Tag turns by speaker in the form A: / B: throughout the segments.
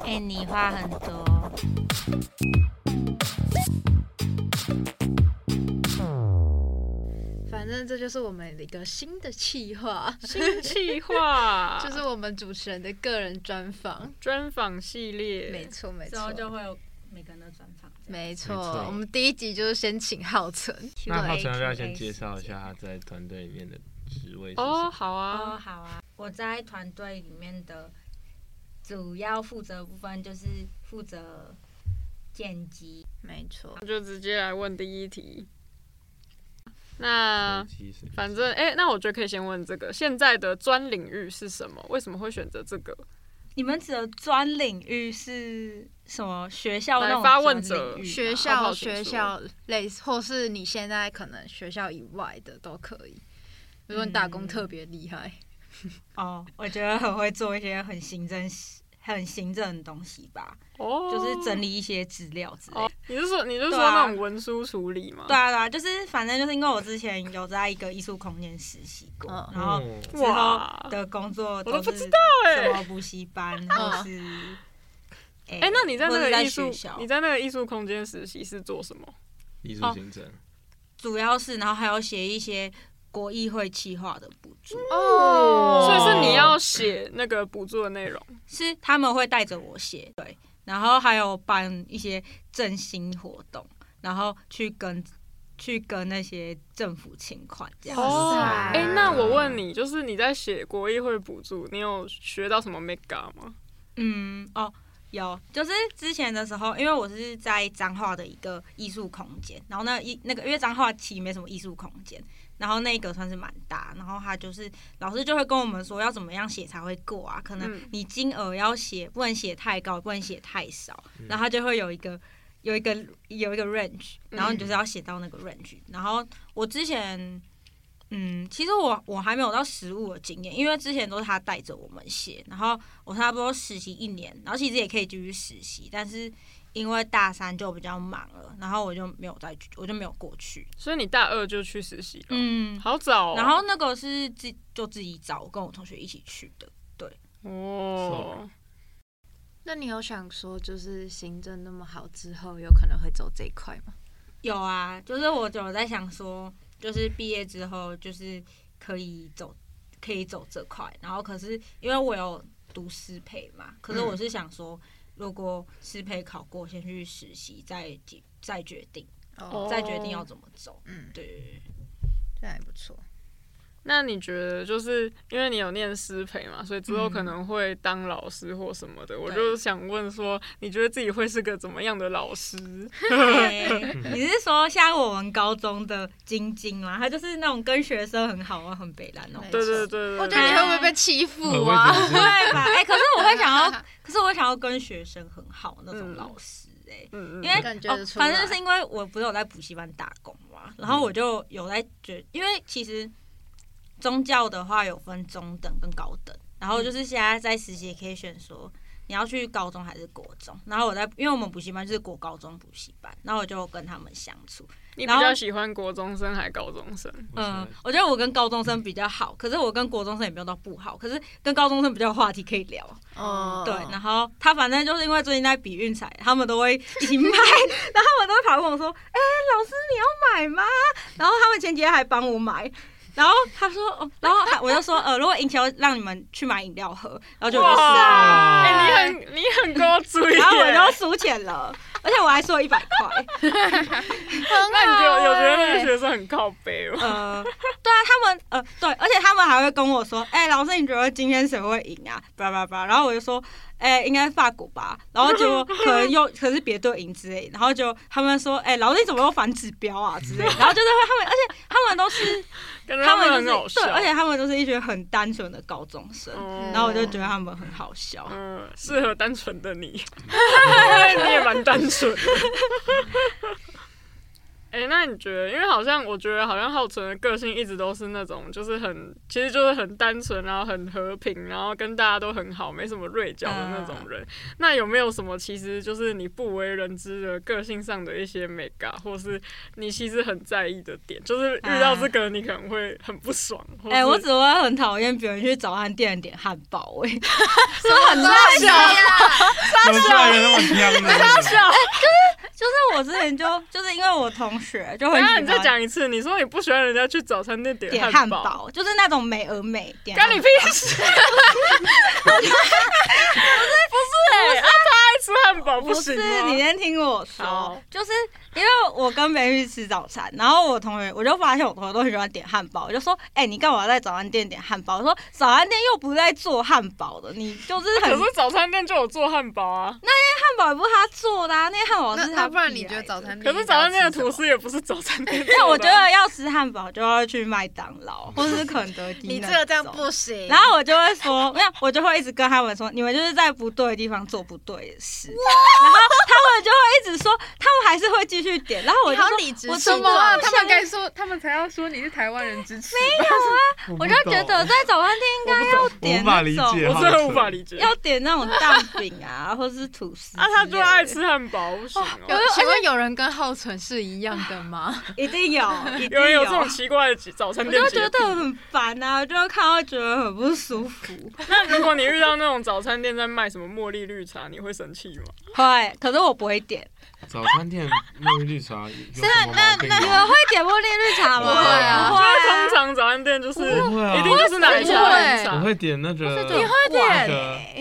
A: 哎、你话很多。
B: 反正这就是我们的一个新的 企划，，
C: 新气化
B: 就是我们主持人的个人专访。
C: 专访系列，
B: 没错，没
D: 之后就
B: 错，
D: 会有每个人的专访。这样
B: 没
E: 没
B: 错。
E: 错
B: 我们第一集就是先请浩辰，
E: 那浩辰要不要先介绍一下他在团队里面的职位是什
C: 哦，
E: 么？
C: 好
D: 哦，
C: 啊，
D: 好啊，我在团队里面的主要负责部分就是负责剪辑。
B: 没错，
C: 那就直接来问第一题。那
E: 随机随机
C: 呃反正哎、那我觉得可以先问这个，现在的专领域是什么？为什么会选择这个？
D: 你们指的专领域是什么？学校那
C: 来
D: 种
C: 发
D: 专
C: 问者
D: 领域吗
B: 学
C: 好
B: 校、
C: 好请
B: 学校类似，或是你现在可能学校以外的都可以。如果你打工
D: 嗯
B: 特别厉害，
D: 哦，我觉得很会做一些很行政、很行政的东西吧，
C: 哦，
D: 就是整。理一些资料之类的。
C: 哦，你是说你是说
D: 对啊
C: 那种文书处理吗？
D: 对啊，对啊，就是反正就是因为我之前有在一个艺术空间实习过，
B: 嗯
D: 然后
E: 哦
D: 之
C: 哇
D: 后的工作
C: 我都不
D: 是
C: 知道哎
D: 什么补习班 或是哎
C: 哎、那你在那
D: 或是
C: 个
D: 在
C: 艺术
D: 学，校
C: 你在那个艺术空间实习是做什么？
E: 艺术
D: 哦
E: 行政，
D: 主要是然后还有写一些国议会企划的补助，
B: 哦
C: 所以是你要写那个补助的内容。
D: 是他们会带着我写对，然后还有办一些振兴活动，然后去跟去跟那些政府请款这样子。
C: 哦，
B: 哇塞
C: 哎、那我问你，就是你在写国议会补助，你有学到什么 mega 吗？
D: 嗯，哦，有，就是之前的时候，因为我是在彰化的一个艺术空间，然后那一那个因为彰化其实没什么艺术空间，然后那一个算是蛮大，然后他就是老师就会跟我们说要怎么样写才会过啊，可能
C: 嗯
D: 你金额要写不能写太高，不能写太少，然后他就会有一个。有一个有一个 range，然后你就是要写到那个 range、然后我之前，嗯，其实我我还没有到实物的经验，因为之前都是他带着我们写，然后我差不多实习一年，然后其实也可以继续实习，但是因为大三就比较忙了，然后我就没有再去，我就没有过去。
C: 所以你大二就去实习了，
D: 嗯，
C: 好早、哦。
D: 然后那个是自就自己找，我跟我同学一起去的。
C: 哦，
B: 那你有想说，就是行政那么好之后，有可能会走这一块吗？
D: 有啊，就是我有在想说，就是毕业之后就是可以走，可以走这块。然后可是因为我有读师培嘛，可是我是想说，如果师培考过，先去实习，再决再决定，
C: 哦
D: 再决定要怎么走。
B: 嗯，
D: 对对对。对
B: 这还不错。
C: 那你觉得就是因为你有念师培嘛，所以之后
D: 嗯
C: 可能会当老师或什么的，我
D: 对
C: 就想问说，你觉得自己会是个怎么样的老师？
D: 欸 你是说像我们高中的晶晶吗？她就是那种跟学生很好啊，很北蓝哦
B: 没。
C: 对对对
B: 错
C: 对，
B: 我觉
C: 对
D: 啊
B: 得你会不会被欺负
E: 我
B: 啊？
E: 也觉得 是
D: 对吧？哎、可是我会想要，可是我会想要跟学生很好那种老师哎、
C: 嗯嗯，
D: 因为
B: 感觉
D: 哦
B: 得，出来
D: 反正就是因为我不是有在补习班打工嘛，然后我就有在觉，因为其实宗教的话有分中等跟高等，然
B: 嗯
D: 后就是现在在实习也可以选说你要去高中还是国中，然后我在因为我们补习班就是国高中补习班，然后我就跟他们相处，
C: 你比
D: 然后
C: 较喜欢国中生还高中生？
D: 嗯，我觉得我跟高中生比较好，可是我跟国中生也没有到不好，可是跟高中生比较有话题可以聊。
B: 哦，
D: 对，然后他反正就是因为最近在比运彩，他们都会一起买， 然后他们都会跑来问我说：“哎、老师你要买吗？”然后他们前几天还帮我买。然后他说，哦，然后他我就说，呃，如果赢球让你们去买饮料喝，然后就我就输了，
C: 哇，哎、你很你很高追耶，
D: 然后我就输钱了，而且我还输了一百块。
C: 那你觉得有觉得那
D: 哎
C: 个学生很靠背吗？
D: 呃，对啊，他们呃，对，而且他们还会跟我说，哎、老师，你觉得今天谁会赢啊？叭叭叭，然后我就说，哎、应该法国吧，然后结 果可能又可是别队赢之类，然后就他们说，哎、老师你怎么又反指标啊之类， 然后就是会他们，而且他们都是
C: 感觉
D: 他
C: 们
D: 们
C: 很
D: 就
C: 好
D: 是
C: 笑，
D: 对，而且他们都是一群很单纯的高中生，
C: 嗯
D: 然后我就觉得他们很好笑，
C: 嗯，适合单纯的你，你也蛮单纯 的。哎、那你觉得？因为好像我觉得，好像浩辰的个性一直都是那种，就是很，其实就是很单纯，然后很和平，然后跟大家都很好，没什么锐角的那种
D: 嗯
C: 人。那有没有什么，其实就是你不为人知的个性上的一些美感，或是你其实很在意的点？就是遇到这个，你可能会很不爽。
D: 哎、啊我
C: 只
D: 只会很讨厌别人去早餐店点汉堡、哎，
B: 说很乱
C: 小
B: 呀，
E: 怎么突然有那么香呢？
D: 就是我之前就就是因为我同学就会
C: 等一
D: 喜
C: 下
D: 欢
C: 你再讲一次，你说你不喜欢人家去早餐店点
D: 点
C: 汉
D: 汉堡，就是那种美而美点汉
C: 干
D: 堡。
C: 你屁事！不是不是，啊，他爱吃汉堡不
D: 不
C: 行啊
D: 是，
C: 吗？
D: 你先听我说
C: 好，
D: 就是因为我跟梅玉吃早餐，然后我同学我就发现我同学都很喜欢点汉堡，我就说，哎、你干嘛在早餐店点汉堡？我说早餐店又不在做汉堡的，你就是很
C: 啊可
D: 汉
C: 是早餐店就有做汉堡啊，
D: 堡也不是他做的、啊，那些汉堡
B: 那
D: 是
B: 那
D: 他。
B: 不然你觉得早？餐店
C: 可
B: 应该要吃什么？
C: 是早餐店的吐司也不是早餐店做的啊。
D: 那我觉得要吃汉堡就要去麦当劳或者是肯德基。
B: 你这个这样。不行。
D: 然后我就会说，没有，我就会一直跟他们说，你们就是在不对的地方做不对的事。然后他们就会一直说，他们还是会继续点。然后我
B: 你
D: 就
B: 好
D: 说，
B: 理直
D: 我
B: 气
D: 怎
A: 什
D: 么
A: 么
B: 壮
A: 啊？
D: 我
A: 他们该说，他们才要说你是台湾人支持吧。
D: 我就觉得在早餐店应该要点那
E: 我不懂我无法理解
D: 种，
C: 我真的无法理解。
D: 要点那种蛋饼啊，或是吐司之类
C: 啊，
D: 的。
C: 他就爱吃汉堡，不行
B: 有
C: 哦。
B: 请问有人跟浩存是一样的 吗？
D: 一定有，一定
C: 有人有这种奇怪的早餐
D: 我
C: 店
D: 就
C: 洁
D: 觉
C: 癖。
D: 得很烦啊，我就看到觉得很不舒服。
C: 那如果你遇到那种早餐店在卖什么茉莉绿茶，你会生气吗？
D: 会，可是我不会点。
E: 早餐店沐浴绿茶有什么毛病
D: 你
E: 吗？
D: 们会点茉莉绿茶吗？
E: 不会啊
D: 不会
C: 就是
D: 啊
C: 通。常早餐店就是
E: 不会啊
C: 一定就是奶
B: 我会
C: 茶绿
E: 我
C: 茶。
E: 会点那个，
D: 你会
E: 那个
D: 点？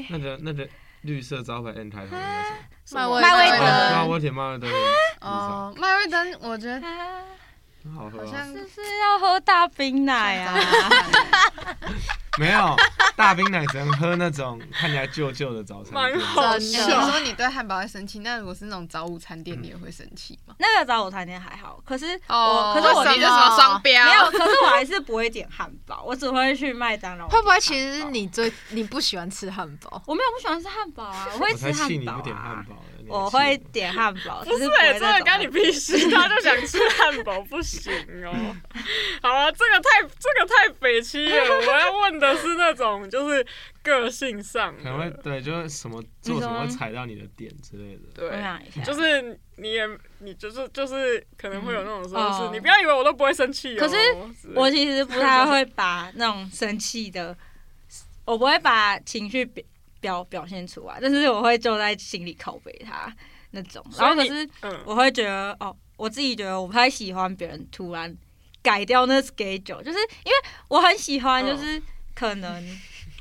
E: 那个那个绿色招牌 N 开头的那什么？
B: 麦威
D: 麦威
E: 哦
D: 对
E: 对啊，
B: 德，
E: 我点麦味登绿茶，
A: 哦，麦味登，我觉得
D: 啊
E: 很好喝
A: 好
E: 啊。
A: 像
D: 就是要喝大冰奶啊！
E: 没有大冰奶只能喝那种看起来旧旧嗯的早餐店。
C: 蛮好
A: 你
B: 是
A: 说你对汉堡会生气，那如果是那种早午餐店，你也会生气吗？
D: 那个早午餐店还好，可是我，
A: 哦
D: 可是我
A: 为什
D: 就
A: 么什么双标？
D: 没有，可是我还是不会点汉堡，我只会去麦当劳。
B: 会不会其实是你最你不喜欢吃汉堡？
D: 我没有不喜欢吃汉堡啊，我会
E: 我
D: 吃
E: 才
D: 汉
E: 气你
D: 堡、
E: 不点
D: 啊
E: 汉。堡的，你还
D: 我
E: 气
D: 会点汉堡，
C: 不
D: 只
C: 是
D: 不会
C: 哎、真
D: 在
C: 的
D: 早
C: 干
D: 餐
C: 你屁 事，他就想吃汉堡，不行哦。好啊，这个太这个太北欺了。我要问的是那种就是个性上
E: 可能会
C: 的，
E: 对，就是什么做什么会踩到你的点之类的。
D: 我
C: 对，
D: 想一下，
C: 就是你也你就是就是可能会有那种时候
D: 哦
C: 是，你不要以为我都不会生气哦。
D: 可是
C: 之类的
D: 我其实不太会把那种生气的，我不会把情绪表表表现出来，但是我会就在心里拷贝他那种。
C: 所
D: 然
C: 以
D: 后可
C: 你
D: 是
C: 嗯，
D: 我会觉得，哦，我自己觉得我不太喜欢别人突然改掉那 schedule，就是因为我很喜欢，就是可能、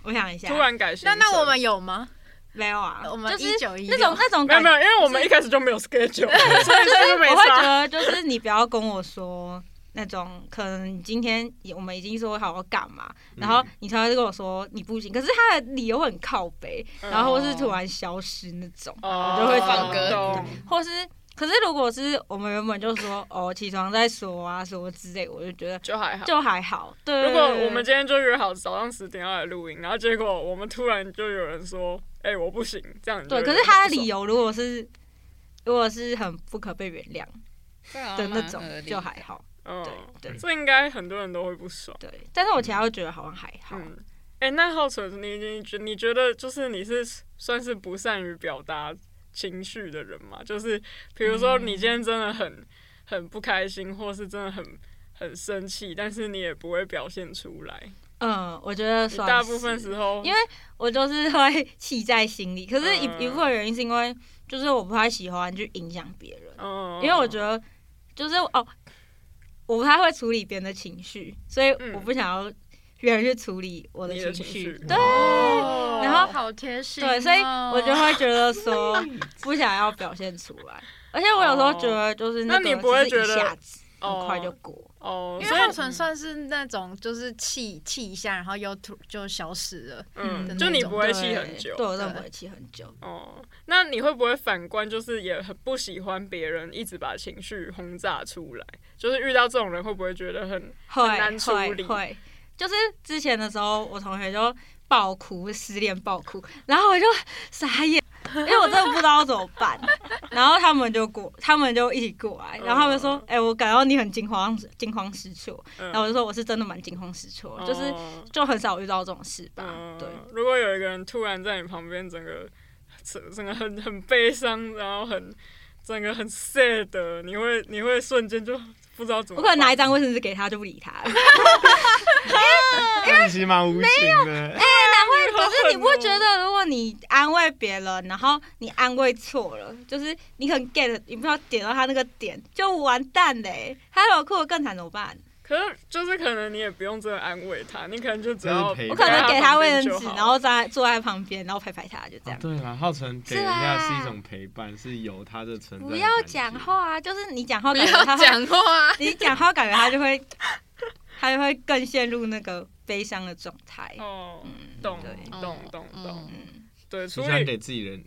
D: 我想一下，
C: 嗯突然改行
B: 那
C: 程。
B: 那我们有吗？
D: 没有啊，
B: 我们
D: 就是
B: 1916
D: 那种那种
C: 没
D: 感觉
C: 有没有，因为我们一开始就没 有 schedule，所以这就没
D: 我会觉
C: 差。
D: 得就是你不要跟我说那种，可能你今天我们已经说好要干嘛，
C: 嗯
D: 然后你才会跟我说你不行，可是他的理由很靠北，
C: 嗯
D: 然后或是突然消失那种，
C: 哦
D: 我就会嗯
A: 放歌
C: 懂
D: 或是。可是如果是我们原本就说哦起床再说啊什么之类，我就觉得
C: 就还好。
D: 就还好。对，
C: 如果我们今天就约好早上十点要来录音，然后结果我们突然就有人说：“哎、我不行。”这样你就
D: 对，
C: 会
D: 可是
C: 觉得
D: 他
C: 不
D: 的
C: 爽
D: 理由如果是如果是很不可被原谅的那
C: 哦
D: 种，就还好。对
C: 嗯，
D: 对
C: 这应该很多人都会不爽。
D: 对，但是我其他都觉得好像还好。
C: 嗯，哎、那浩存，你你觉你觉得就是你是算是不善于表达情绪的人吗？就是比如说你今天真的很很不开心，或是真的很很生气，但是你也不会表现出来，
D: 嗯，我觉得
C: 你
D: 算
C: 大部分
D: 是
C: 时候
D: 因为我就是会气在心里。可是一，
C: 嗯
D: 一部分原因是因为就是我不太喜欢去影响别人，
C: 嗯，
D: 因为我觉得就是哦，我不太会处理别人的情绪，所以
C: 嗯
D: 我不想要别人去处理我的
C: 你的
D: 情绪。
C: 情绪
D: 对
C: 哦
D: 然后
B: 好贴心
D: 对，所以我就会觉得 说不想要表现出来。而且我有时候觉得就是
C: 那
D: 个
C: 你不会
D: 只是一
C: 觉得
D: 下子很快就过？
C: 哦，
B: 因
C: 所
B: 为
C: 以
B: 浩存算是那种就是气气一下，然后又突就消失了。
C: 嗯，
B: 的
C: 就
B: 那
C: 你
B: 种
C: 不会气很久。
D: 对我真的不会气很久。
C: 哦，那你会不会反观，就是也很不喜欢别人一直把情绪轰炸出来？就是遇到这种人，会不会觉得很
D: 会
C: 难处
D: 会
C: 理
D: 会，就是之前的时候，我同学就爆哭，失恋爆哭，然后我就傻眼，因为我真的不知道怎么办。然后他们就过，他们就一起过来，然后他们说
C: 嗯：“
D: 哎、我感到你很惊慌，惊慌失措。”
C: 嗯
D: 然后我就说：“我是真的蛮惊慌失措，就是
C: 哦
D: 就很少遇到这种事吧。
C: 嗯
D: 对，
C: 如果有一个人突然在你旁边，整个整整个很很悲伤，然后很整个很 sad，你会你会瞬间就不知道怎么
D: 我
C: 办。
D: 可能拿一张卫生纸 给他，就不理他了。
E: 看起来蛮无情的。
D: 难怪啊是你不觉得，如果你安慰别人，然后你安慰错了，就是你可能 get，你不知道点到他那个点，就完蛋嘞、他如果哭得更惨怎么办？
C: 可是就是可能你也不用真的安慰他，你可能就只要
E: 就是陪
D: 我
E: 我
D: 可能给他卫
C: 卫
D: 生纸，然后在坐在旁边，然后拍拍他，就这
E: 啊
D: 样。
E: 对啦，浩辰给人
D: 是
E: 家
D: 啊
E: 是一种陪伴，是有他的存在的
D: 不
E: 感觉。
D: 要讲话，啊就是你讲话
A: 不
D: 感觉
A: 要
D: 他会，
A: 讲话，
D: 你讲话感觉他就会，他就会更陷入那个悲伤的状态。
C: 哦，
D: 嗯，
C: 懂
D: 对，
C: 懂懂
A: 嗯
C: 懂，
D: 嗯，
C: 对，
E: 你
C: 处
E: 想
C: 理
E: 给自己人、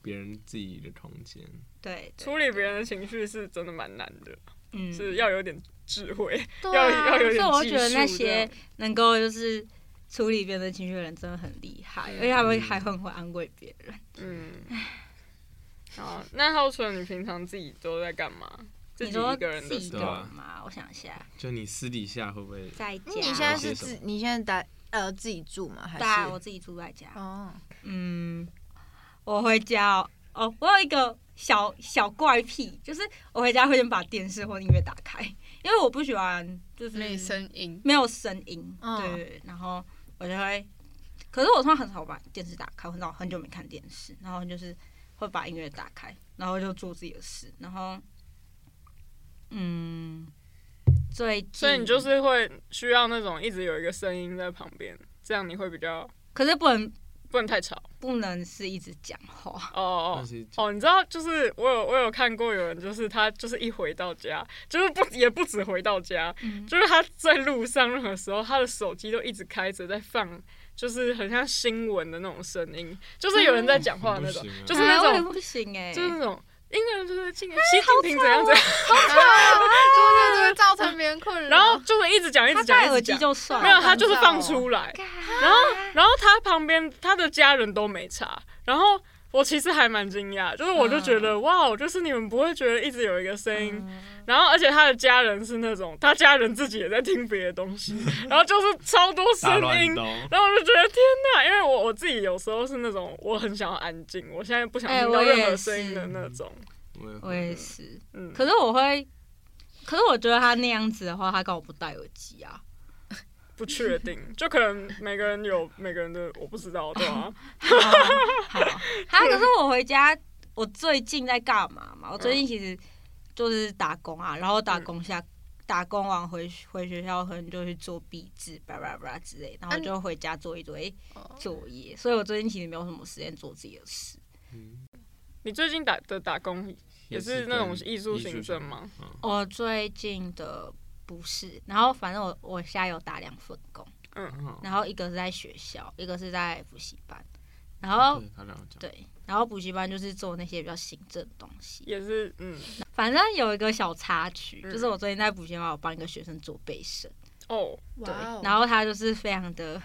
E: 别人自己的空间。
D: 对，对
C: 处理别人的情绪是真的蛮难的，
D: 嗯
C: 是要有点智慧，
D: 对啊
C: 要要有点
D: 所以我觉得
C: 技术
D: 那
C: 这
D: 些
C: 样
D: 能够就是处理别人的情绪的人真的很厉害，而且他们还很会安慰别人。
C: 嗯。好，那浩纯，你平常自己都在干嘛？自
D: 你
C: 己
D: 说
C: 一个人
D: 自
C: 的
D: 己
C: 时
D: 懂
C: 候
E: 对啊
D: 吗？我想一下，
E: 就你私底下会不会？
D: 在家。
A: 你现在是
E: 什么
A: 自你现在打呃自己住吗？还
D: 对啊，我
A: 是
D: 自己住在家。
A: 哦，
D: 嗯，我回家哦，哦我有一个小小怪癖，就是我回家会先把电视或音乐打开，因为我不喜欢就是
A: 没声音，
D: 没有声音，
A: 嗯
D: 对对对，然后我就会，可是我通常很少把电视打开，很少很久没看电视，然后就是会把音乐打开，然后就做自己的事，然后，嗯，最近
C: 所以你就，是会需要那种一直有一个声音在旁边，这样你会比较
D: 可是不能
C: 不能太吵。
D: 不能是一直讲话，
C: 哦哦
E: 那是一种
C: 哦，你知道，就是我有我有看过有人，就是他就是一回到家，就是不也不止回到家，
D: 嗯
C: 就是他在路上任何时候，他的手机都一直开着在放，就是很像新闻的那种声音，就是有人在讲话那种
E: 嗯，
C: 就是那
D: 哎我也
C: 种
D: 不行哎、
C: 就是那种。英个人就 是进习近平怎样
D: 哦
C: 怎样，
A: 就是就会造成别人困扰。
C: 然后就是一直讲一
D: 他
C: 直讲
D: 戴
C: 一
D: 耳机
C: 直讲，
D: 就算
C: 没有
D: 了，
C: 他就是放
A: 干
C: 出来，然后然后他旁边他的家人都没查，然后我其实还蛮惊讶，就是我就觉得、哇，就是你们不会觉得一直有一个声音，然后而且他的家人是那种他家人自己也在听别的东 西，然后就是超多声
E: 大乱
C: 音。
E: 斗。
C: 然后我就觉得天哪，因为我我自己有时候是那种我很想要安静，我现在不想
D: 哎
C: 听到
D: 我也
C: 任何声音的
D: 是
C: 那种。
E: 我也
D: 我
E: 会
D: 也是，
C: 嗯，
D: 可是我会，可是我觉得他那样子的话，他跟我不戴耳机啊。
C: 不确定，就可能每个人有每个人的，我不知道，对 啊？
D: 好， 还有可是我回家，我最近在干嘛嘛？我最近其实就是打工啊，然后打工下。打工完回回学校，可能就去做壁纸，巴拉巴拉之类，然后
A: 啊
D: 就回家做一堆
A: 哦
D: 作业。所以我最近其实没有什么时间做自己的事。
E: 嗯
C: 你最近打的打工也是那种
E: 跟
C: 艺术行政
E: 相
C: 吗
E: 关？嗯
D: 我最近的不是，然后反正我我现在有打两份工，
E: 哦
D: 然后一个是在学校，一个是在补习班。然后
E: 对他俩有讲
D: 对，然后补习班就是做那些比较行政的东西。
C: 也是，嗯，
D: 反正有一个小插曲，
C: 嗯
D: 就是我最近在补习班，我帮一个学生做背身，
C: 哦，
A: 哇
D: 对，
A: 哦，
D: 然后他就是非常的，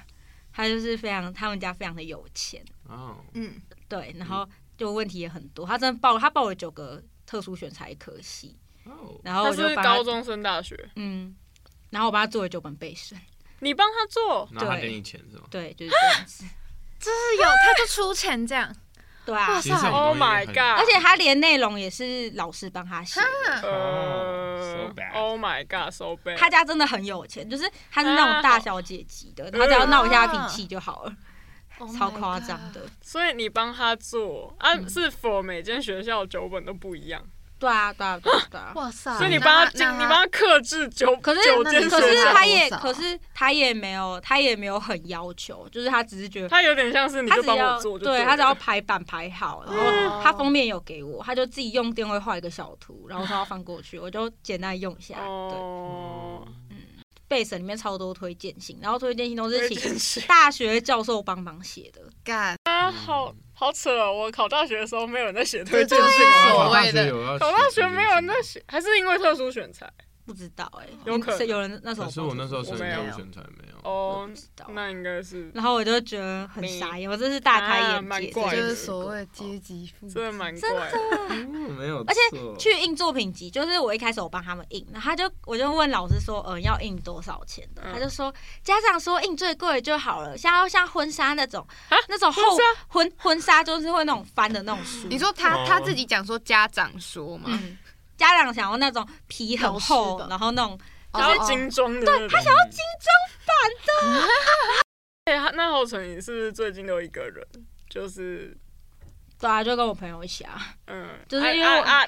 D: 他就是非常，他们家非常的有钱，
E: 哦，
A: 嗯，
D: 对，然后就问题也很多，他真的报他报了九个特殊选材科系，
E: 哦
D: 然后
C: 他
D: 我就是帮
C: 高中升大学，
D: 嗯，然后我帮他做了九本背身，
C: 你帮他做，
E: 那他
D: 对
E: 给你钱是吗？
D: 对，就是这样子，
A: 这是有他就出钱 这样，
D: 对啊
A: 哇，
E: 其实这种
C: Oh
E: 东西
C: my
E: 很
C: god
D: 而且他连内容也是老师帮他写的，
A: 哈，
C: 呃
E: so bad
C: ，Oh my God，so bad，
D: 啊他家真的很有钱，就是他是那种大小姐级的，他只要闹一下脾气就好了，
B: Oh
D: 超夸张的。
C: 所以你帮他做啊，
D: 嗯
C: 是否每间学校九本都不一样？
D: 对啊，对啊，对啊，对啊。
A: 哇塞！
C: 所以你帮他进，
A: 那
C: 你帮他克制九
D: 可是
C: 九
A: 那
C: 间
A: 你
C: 学
D: 可是
C: 校，啊
D: 他也，
A: 多少
D: 可是他也没有，他也没有很要求，就是他只是觉得。
C: 他有点像是你
D: 他
C: 就
D: 只
C: 帮
D: 要
C: 我做就
D: 对
C: 了哦
D: 他只要排版排好，然后
A: 嗯
D: 他封面有给我，他就自己用电绘画一个小图，然后他要翻过去，我就简单用一下。对
C: 哦，
D: 背审里面超多推荐信，然后推荐信都
C: 这
D: 是
C: 件
D: 请
C: 事
D: 大学教授帮忙写的，
A: 干，
C: 啊，好好扯哦！我考大学的时候没有人在写推
A: 这
C: 荐
A: 就是
C: 信啊，
A: 所谓的
E: 的
C: 考大学没有人在写，还是因为特殊选材？
D: 不知道哎、
C: 有可能
D: 是有人那时候
E: 可是我那时候
D: 是
E: 选
C: 我没有
E: 特选才没有。
D: 我
C: 哦
D: 不，知道，
C: 那应该是
D: 然后我就觉得很傻眼，我真是大开
C: 啊
D: 眼
C: 蛮
D: 界，
C: 怪
A: 就
C: 的
A: 是所谓阶级复制
C: 真的蛮怪的。
E: 嗯没有错，
D: 而且去印作品集，就是我一开始我帮他们印，然后他就我就问老师说，嗯、要印多少钱的？
C: 嗯
D: 他就说家长说印最贵就好了，像像婚纱那种
C: 啊，
D: 那种后
C: 婚纱
D: 婚婚纱就是会那种翻的那种书，
A: 你说他
E: 哦
A: 他自己讲说家长说嘛，
D: 嗯，家长想要那种皮很
A: 老
D: 厚
A: 师，的
C: 哦
D: 然后那种
C: 然后精装的那种，
E: 他想要
D: 精装
C: 哎、他那浩辰，你是不是最近都一个人？就是，
D: 对啊，就跟我朋友一起啊。
C: 嗯，
D: 就是
C: 啊
D: 因为我
C: 啊啊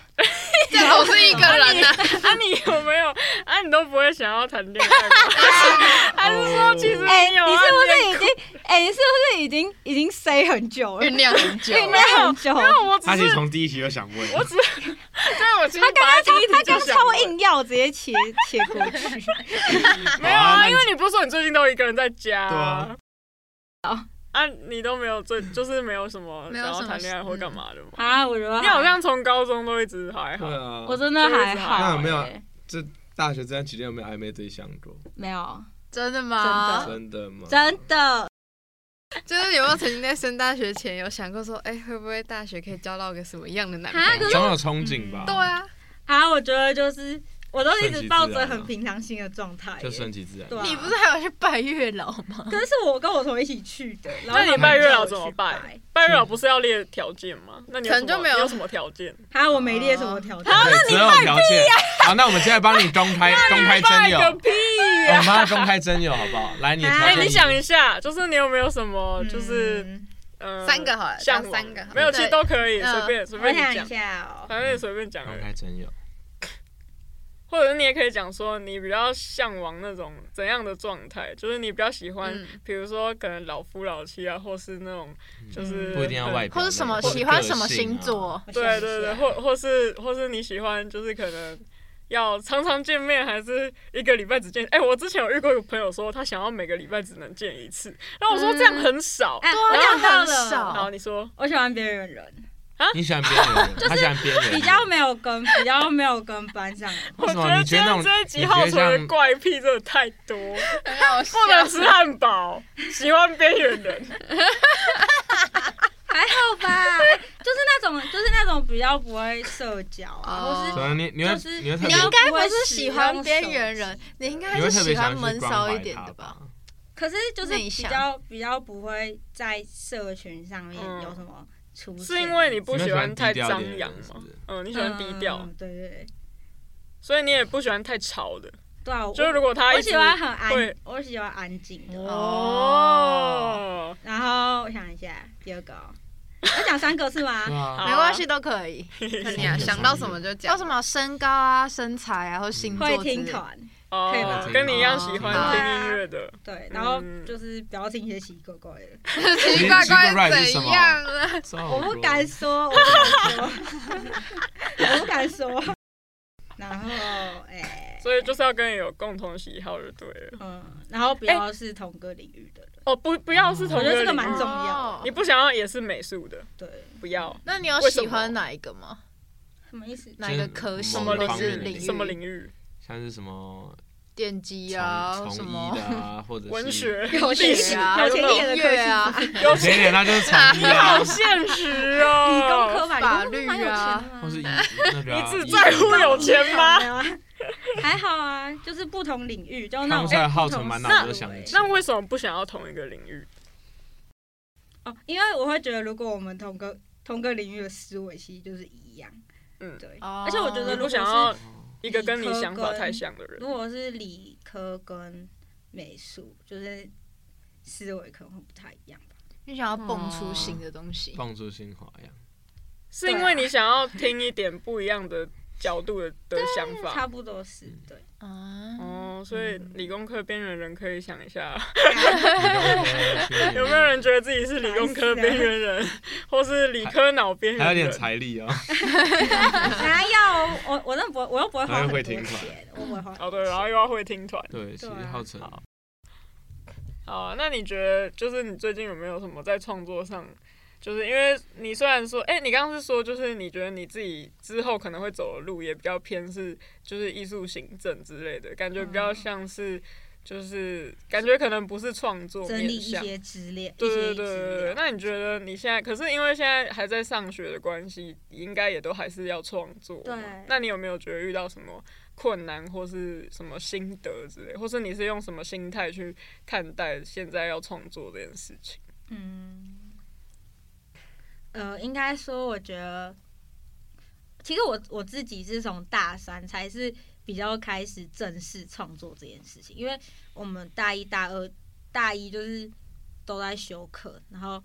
A: 这总是一个人呐、
C: 啊，你有没有啊？你都不会想要谈 恋爱吗？还是说其实
E: 哦
D: 哎、
C: 你有
D: 你
C: 暗
D: 是不是
C: 恋
D: 已
C: 过？
D: 经？哎、你是不是已经已经 say 很久了？
A: 酝酿很久。啊
D: 酝酿很久。
C: 没有，啊我只
E: 他其实
C: 是
E: 从第一题就想问，
C: 我只是， 对我其实
D: 他刚刚
C: 本
D: 超
C: 来第一，
D: 他刚
C: 题就
D: 刚
C: 想
D: 超
C: 问
D: 硬要，直接切切过 去。
C: 没有
E: 好啊
C: 啊，
E: 那你
C: 因为你不是说你最近都一个人在家、
E: 对啊
D: 好
C: 啊，你都没有最就是没有什么
A: 没有
C: 想要
A: 什么
C: 谈恋爱
A: 事
C: 或干嘛的吗？
D: 啊，我觉得
C: 你好像从高中都一直还好
E: 对，啊，
D: 我真的还好、
E: 那有没有啊
D: 哎
E: 这大学这段期间有没有暧昧对象过？
D: 没有，
A: 真的吗？
E: 真的吗？
D: 真的
A: 就是有没有曾经在升大学前有想过说，哎、会不会大学可以交到个什么样的男朋
D: 啊
A: 友？
D: 可是
E: 总有憧憬吧？
A: 对，啊，
D: 啊，我觉得就是我都一
E: 顺
D: 直
E: 其
D: 抱
E: 自
D: 着
E: 然啊
D: 很平常心的状态耶。
E: 就顺其自然。
D: 对啊
A: 你不是还有去拜月老 吗？
D: 可是是我跟我同学一起去的，
A: 嗯
D: 然后
C: 那
D: 他
C: 你
D: 们
C: 拜月
D: 叫
C: 老
D: 我
C: 怎么
D: 去
C: 拜？？拜月老不是要列条件吗？那你有
A: 可
C: 什
A: 能就
C: 么
A: 没有
C: 有什么条件？
D: 啊，我没列什么条件。
A: 哦
E: 对，择偶条件。好，那我们现在帮你公开公开真
C: 拜
E: 友，
C: 个屁！
E: 我们帮他公开真友好不好？来，你的条
D: 哎
C: 哎，
E: 件
C: 你想一下，就是你有没有什么哦就是
D: 嗯
C: 呃
A: 三个好了
C: 向往
A: 讲三个好了嗯
C: 没有，其实都可以，
A: 对
C: 随便随
D: 我
C: 便
D: 想
C: 你
D: 一
C: 讲，
D: 下哦，
C: 反正你随便讲而
E: 公
C: 已。
E: 开真友，
C: 或者是你也可以讲说，你比较向往那种怎样的状态，就是你比较喜欢，
A: 嗯
C: 比如说可能老夫老妻啊，或是那种就是、
E: 嗯不一定要外表，
F: 嗯或者什么
E: 那个
F: 喜欢什么星。
E: 或者个性啊
F: 座，
D: 我想一
C: 对
D: 下
C: 对对，或或是或是你喜欢就是可能要常常见面，还是一个礼拜只见？哎、我之前有遇过一个朋友说他想要每个礼拜只能见一次，然后我
A: 嗯
C: 说这样很少。
D: 哎，我
F: 啊
D: 想到
F: 很
D: 了
F: 少，
C: 好，你说
D: 我喜欢边缘人，
E: 你喜欢边缘人，他喜欢边缘人，
D: 比较没有跟比较没有跟班上人。
E: 为什
C: 我
E: 么
C: 觉得
E: 你
C: 今
E: 觉得那
C: 天
E: 种
C: 这一集
E: 你
C: 浩
E: 觉得
C: 存的
E: 像
C: 怪癖真的太多，
A: 很好笑
C: 不能吃汉堡，喜欢边 缘人。
D: 还好吧， 就是那种就是那种比较不会社交啊，
A: 哦
E: 怎么你你
D: 或
E: 会
D: 是就是
E: 你
D: 比
E: 会特别
D: 较
F: 应该不
D: 会
F: 是
D: 使
F: 喜欢
D: 用
F: 边
D: 手
F: 缘
D: 机
F: 人，你应该
E: 啊你会
F: 是
E: 特
F: 喜
E: 别
F: 欢
E: 想
F: 闷
E: 去关
F: 骚
E: 怀
F: 一点
E: 他
F: 的吧？？
D: 可是就是
F: 内
D: 比
F: 向
D: 较比较不会在社群上面
C: 嗯
D: 有什么出现，
C: 是因为你不喜欢太张
E: 你喜
C: 扬
E: 欢低调一点的人是不
C: 吗
E: 是？
C: 嗯，你喜欢低调
D: 嗯，对对对，
C: 所以你也不喜欢太吵的。
D: 对啊，我
C: 就是如果他
D: 我
C: 一直
D: 喜欢很安
C: 会，
D: 我喜欢安静的。
C: 哦，
D: 然后我想一下，第二个哦，我讲三个是吗？
E: 对啊，
C: 好
F: 没关系，都可以。
A: 看你啊，想到什么 就
F: 有
A: 讲
F: 什。么身高啊、身材啊，或星座
D: 会
F: 之
D: 听
F: 类的。
D: 团，可以
C: 哦
D: 吧，
C: 跟你一样喜欢
A: 哦
C: 听音乐的。
D: 对，然后
C: 嗯
D: 就是不要听一些奇奇怪怪的，
A: 奇奇怪怪怎样了？
D: 我不敢说，我 不敢说，我不敢说。然后，哎、
C: 所以就是要跟你有共同喜好就对了。
D: 嗯，然后不要是同个领域的人，
C: 哦，不，不要是同
D: 我觉
C: 个
D: 得这
C: 领
D: 个
C: 域
D: 蛮重要
F: 哦
D: 的。
C: 你不想要也是美术的，
D: 对，
C: 不要
F: 那你有
C: 为什么
F: 喜欢哪一个吗？
D: 什么意思？
F: 哪一个科系
E: 什
C: 么
F: 或
C: 领
F: 是
E: 域
F: 领域？
C: 什么领域？
E: 像是什么
F: 电机啊
E: 从，
F: 什
E: 从
F: 么
E: 医的 啊，或者是
C: 文学、
D: 有
C: 历史
F: 钱啊
C: 还
D: 有
C: 有
D: 钱
C: 那种
D: 点的
F: 音
D: 科
F: 乐
D: 系
F: 啊，
E: 有钱一点那就是从医 啊
C: 好，现实
D: 理工
C: 哦。
D: 科吧，
F: 法
D: 理
F: 律
D: 工科蛮有
F: 啊
D: 钱的嘛
E: 哦或是以那个啊
C: 你只
E: 以
C: 在乎有钱吗？
D: 没有啊还好啊，就是不同领域，就那种
E: 看不出来浩
D: 不同
E: 存满
D: 思
E: 脑子都
D: 维
E: 想得起
C: 那为什么不想要同一个领域？
D: 哦，因为我会觉得，如果我们同个同个领域的思维其实就是一样，
C: 嗯
D: 对。
F: 哦
D: 而且我觉得，
C: 你
D: 呃如果
C: 不
D: 是
C: 想要一个跟你想法太像的
D: 如
C: 人。
D: 果是理科跟美术，就是思维可能会不太一样吧。
F: 你想要蹦出新的东西。
E: 放出新花样。
C: 是因
D: 啊
C: 为你想要听一点不一样的角 度的的想
D: 啊差嗯
C: 法。
D: 不多是对。
F: 啊，
C: 哦，所以理工科边缘人可以想 一下，有
E: 有
C: 没有人觉得自己是理工科边缘人，或是理科脑边
E: 还有
C: 缘
E: 点
C: 人？
E: 财力哦，
D: 还要我我那不会，我又不会花
E: 还
D: 很
E: 会
D: 多
E: 听话
D: 钱，我不会花。
C: 哦，对，然后又要会听团。
E: 对，其实
D: 对啊
E: 浩辰
C: 好好啊，那你觉得就是你最近有没有什么在创作上？就是因为你虽然说，哎、你刚刚是说，就是你觉得你自己之后可能会走的路也比较偏是，就是艺术行政之类的感觉，
D: 嗯
C: 比较像是，就是感觉可能不是创作
D: 整
C: 面
D: 理一
C: 向。
D: 些资料，一些
C: 对
D: 资
C: 对对对
D: 料
C: 对，那你觉得你现在，可是因为现在还在上学的关系，应该也都还是要创作嘛。
D: 对
C: 那你有没有觉得遇到什么困难，或是什么心得之类，或是你是用什么心态去看待现在要创作这件事情？
D: 嗯，呃，应该说，我觉得，其实我我自己是从大三才是比较开始正式创作这件事情，因为我们大一大二大一就是都在修课，然后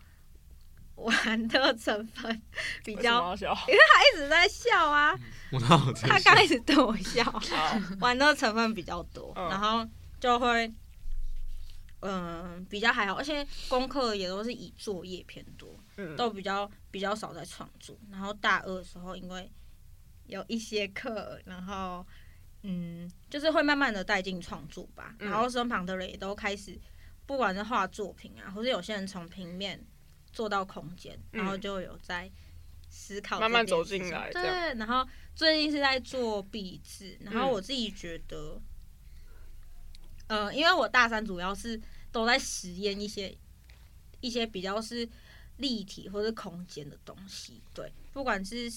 D: 玩的成分比
C: 为什么
D: 较，
C: 嗯要笑
D: 他一直在笑啊，
E: 我哪有这
D: 他
E: 样
D: 刚开始对我笑，
C: 好
D: 玩的成分比较多，
C: 嗯
D: 然后就会嗯、比较还好，而且功课也都是以作业偏多，
C: 嗯
D: 都比较比较少在创作。然后大二的时候，因为有一些课，然后嗯，就是会慢慢的带进创作吧。
C: 嗯
D: 然后身旁的人也都开始，不管是画作品啊，或是有些人从平面做到空间，
C: 嗯
D: 然后就有在思考这
C: 慢慢
D: 件
C: 走
D: 事情
C: 进来这
D: 对，
C: 样
D: 然后最近是在做壁纸，然后
C: 嗯
D: 我自己觉得，呃，因为我大三主要是都在实验一些一些比较是立体或是空间的东西，对，不管是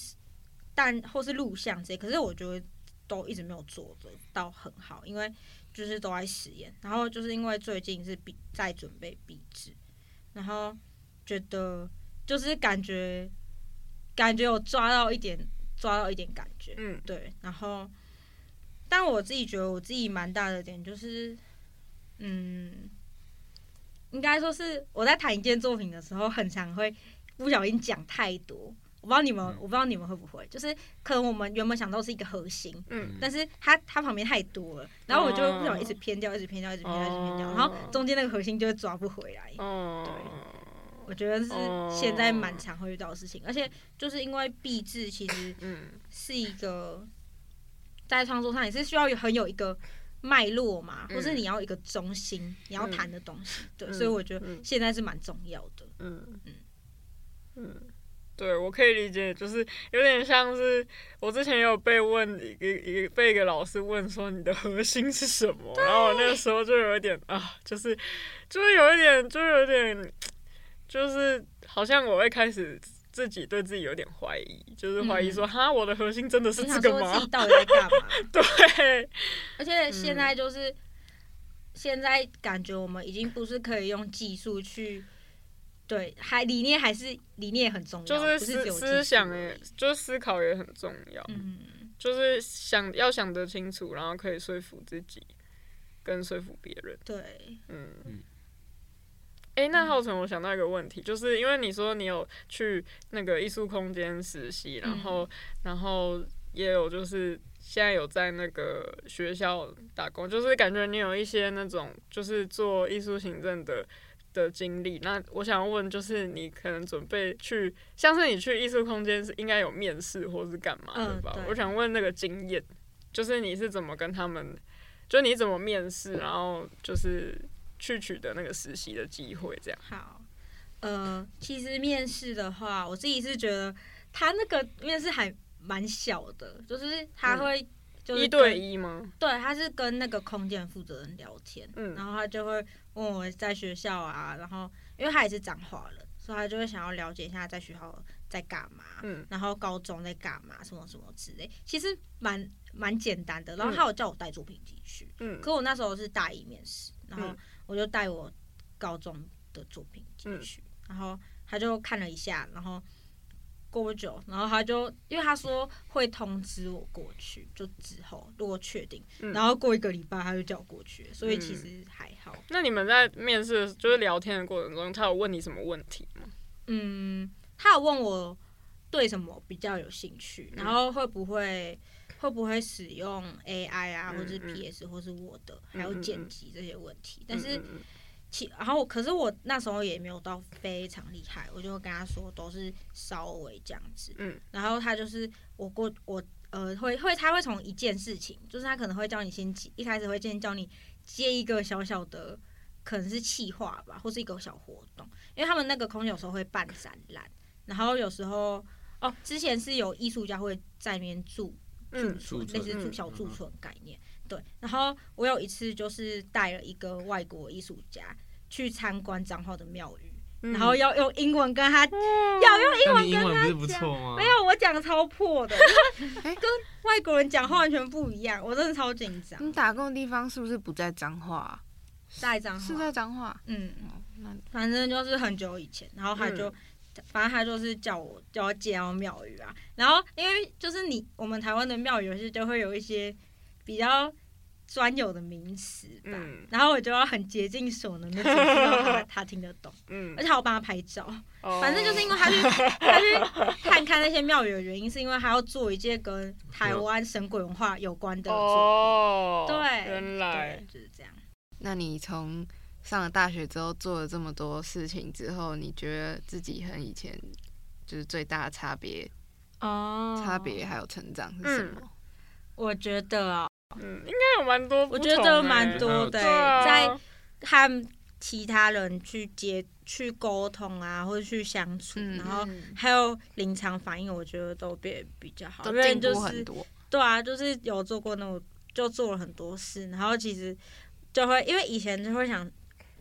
D: 但或是录像这些，可是我觉得都一直没有做得到很好，因为就是都在实验，然后就是因为最近是比在准备壁纸，然后觉得就是感觉感觉有抓到一点抓到一点感觉，
C: 嗯
D: 对，然后但我自己觉得我自己蛮大的点就是，嗯，应该说是我在谈一件作品的时候，很常会不小心讲太多。我不知道你们，
E: 嗯
D: 我不知道你们会不会，就是可能我们原本想到是一个核心，
C: 嗯
D: 但是它它旁边太多了，然后我就会不小心一直偏掉，一直偏掉，一直偏掉，一直偏掉，
C: 哦
D: 然后中间那个核心就会抓不回来。
C: 哦，
D: 我觉得是
C: 哦
D: 现在蛮常会遇到的事情，而且就是因为壁纸其实
C: 嗯
D: 是一个在创作上也是需要有很有一个脉络嘛，
C: 嗯
D: 或是你要有一个中心，你要谈的东西，对，
C: 嗯
D: 所以我觉得
C: 嗯
D: 现在是蛮重要的。
C: 嗯
D: 嗯
C: 嗯，对，我可以理解，就是有点像是我之前有被问一个一个被一个老师问说你的核心是什么，然后我那个时候就有一点啊，就是就是有一点，就是有一点，就是好像我会开始。自己对自己有点怀疑，就是怀疑说，哈，我的核心真的是
D: 我
C: 这
D: 想
C: 个
D: 嗯说自
C: 吗
D: 己？到底在干嘛？
C: 对，
D: 而且
C: 嗯
D: 现在就是、现在感觉我们已经不是可以用技术去。对，还理念还是理念很重要，
C: 就是
D: 不是只
C: 思
D: 有技术
C: 思想
D: 而
C: 也
D: 已，
C: 就是思考也很重要。
D: 嗯，
C: 就是想要想得清楚，然后可以说服自己，跟说服别人。
D: 对，
C: 嗯
E: 嗯
C: 诶，那浩辰，我想到一个问题，就是因为你说你有去那个艺术空间实习，然后、然后也有就是现在有在那个学校打工，就是感觉你有一些那种就是做艺术行政的。的经历，那我想问，就是你可能准备去，像是你去艺术空间是应该有面试或是干嘛的
D: 嗯
C: 吧？
D: 对
C: 我想问那个经验，就是你是怎么跟他们，就你怎么面试，然后就是去取得那个实习的机会，这样。
D: 好，呃，其实面试的话，我自己是觉得他那个面试还蛮小的，就是他会就是
C: 嗯一
D: 跟
C: 对一吗？
D: 对，他是跟那个空间负责人聊天，
C: 嗯
D: 然后他就会问我在学校啊，然后因为他也是彰化人，所以他就会想要了解一下在学校在干嘛，
C: 嗯
D: 然后高中在干嘛，什么什么之类，其实蛮蛮简单的。然后他有叫我带作品集去，
C: 嗯
D: 可我那时候是大一面试，然后
C: 嗯
D: 我就带我高中的作品进
C: 嗯
D: 去，然后他就看了一下，然后过不久，然后他就因为他说会通知我过去，就之后如果确定，
C: 嗯
D: 然后过一个礼拜他就叫我过去，所以其
C: 嗯
D: 实还好。
C: 那你们在面试的就是聊天的过程中，他有问你什么问题吗？
D: 嗯，他有问我对什么比较有兴趣，
C: 嗯
D: 然后会不会会不会使用 AI 啊，
C: 嗯
D: 或是
C: 嗯
D: PS 或是 Word，
C: 嗯
D: 还有
C: 嗯嗯
D: 剪辑这些问题。但是
C: 嗯嗯
D: 其然后可是我那时候也没有到非常厉害，我就跟他说都是稍微这样子。
C: 嗯，
D: 然后他就是我过我呃会会他会从一件事情，就是他可能会叫你先接，一开始会先叫你接一个小小的。可能是企划吧，或是一个小活动，因为他们那个空间有时候会办展览，然后有时候哦，之前是有艺术家会在那边住
C: 嗯
D: 住
E: 驻
D: 村，类
E: 村
D: 似住
E: 嗯
D: 小驻
E: 嗯
D: 村概念。对，然后我有一次就是带了一个外国艺术家去参观彰化的庙宇，
C: 嗯
D: 然后要用英文跟他，要用英
E: 那
D: 文
E: 你英
D: 跟
E: 文
D: 他
E: 不是不错吗？
D: 没有我讲得超破 的，因为
A: 哎
D: 跟外国人讲话完全不一样，我真的超紧张。
A: 你打工的地方是不是不在彰化啊、
D: 下一张
A: 是在彰化？
D: 嗯，
A: 哦，那
D: 反正就是很久以前，然后他就，反正他就是叫我叫我接到庙宇啊，然后因为就是你我们台湾的庙宇有些就会有一些比较专有的名词吧，
C: 嗯
D: 然后我就要很竭尽所能的解释到他他听得 懂，
C: 嗯
D: 而，且还要帮他拍照。
C: 哦
D: 反正就是因为他去他去看看那些庙宇的原因，是因为他要做一件跟台湾神鬼文化有关的作
C: 哦，
D: 品。对，
C: 原
D: 对
C: 来
D: 就是这样。
A: 那你从上了大学之后做了这么多事情之后，你觉得自己和以前就是最大的差别、
D: 哦
A: 差别还有成长是什么？
D: 我觉得啊，
C: 嗯，应该有蛮多不
D: 我
C: 同
D: 觉
C: 欸，
D: 得蛮多的、欸
C: 对啊，
D: 在和其他人去接、去沟通啊，或者去相处，
A: 嗯
D: 然后还有临场反应，我觉得都变比较好，
A: 都
D: 因为
A: 进
D: 就
A: 步很
D: 是
A: 多。
D: 对啊，就是有做过那种，就做了很多事，然后其实就会因为以前就会想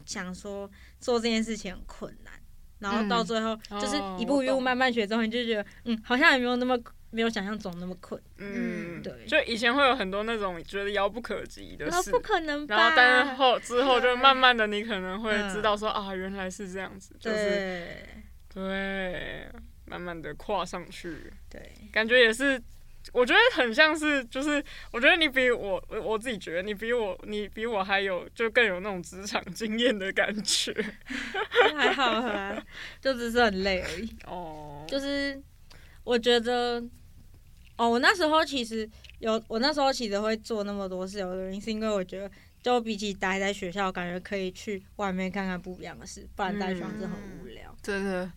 D: 想说做这件事情很困难，然后到
A: 嗯
D: 最后就是
C: 哦
D: 一
C: 我
D: 步一步
C: 懂
D: 慢慢学之后，你就觉得嗯，好像也没有那么没有想象中那么困
C: 嗯，
D: 对
C: 就以前会有很多那种觉得遥不可及的
D: 难，啊
C: 事
D: 不。可能吧？
C: 然后，但是后之后就慢慢的，你可能会
D: 嗯
C: 知道说啊，原来是这样子，就是
D: 对
C: 对，慢慢的跨上去，
D: 对，
C: 感觉也是，我觉得很像是，就是我觉得你比我，我我自己觉得你比我，你比我还有就更有那种职场经验的感觉
D: 还好啊， 就只是很累而已。
C: 哦，
D: 就是我觉得，哦，我那时候其实有，我那时候其实会做那么多事，有的原因是因为我觉得，就比起待在学校，感觉可以去外面看看不一样的事，不然待在学校真的很无聊。
A: 真的，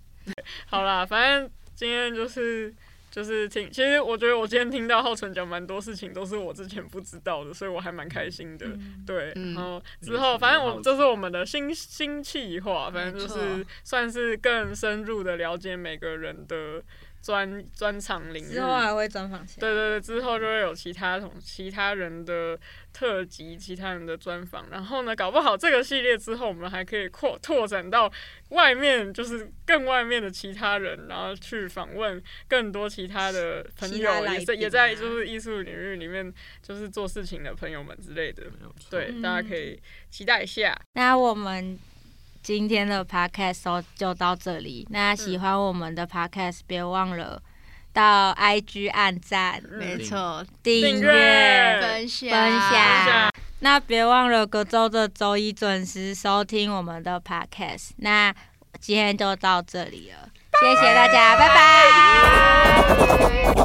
C: 好啦，反正今天就是就是听，其实我觉得我今天听到浩辰讲蛮多事情，都是我之前不知道的，所以我还蛮开心的。对，
A: 嗯
C: 然后
E: 嗯
C: 之后反正我
E: 嗯
C: 这是我们的新新计划，反正就是算是更深入的了解每个人的专专长领 域
D: 之。后还啊会专访谁？
C: 对对对，之后就会有其他同其他人的特辑、其他人的专访，然后呢，搞不好这个系列之后，我们还可以扩拓展到外面，就是更外面的其他人，然后去访问更多其他的朋
D: 其
C: 友，
D: 他来
C: 也是
D: 宾
C: 也在
D: 啊
C: 就是艺术领域里面就是做事情的朋友们之类的。
E: 没有错
C: 对，
D: 嗯
C: 大家可以期待一下。
D: 那我们今天的 podcast 都就到这里。
C: 嗯
D: 那喜欢我们的 podcast，别忘了到 IG 按赞、
A: 没错，
D: 订
C: 嗯订阅
F: 分享
D: 分
C: 分享
D: 享。那别忘了隔周的周一准时收听我们的 podcast。那今天就到这里了，谢谢大家，拜拜。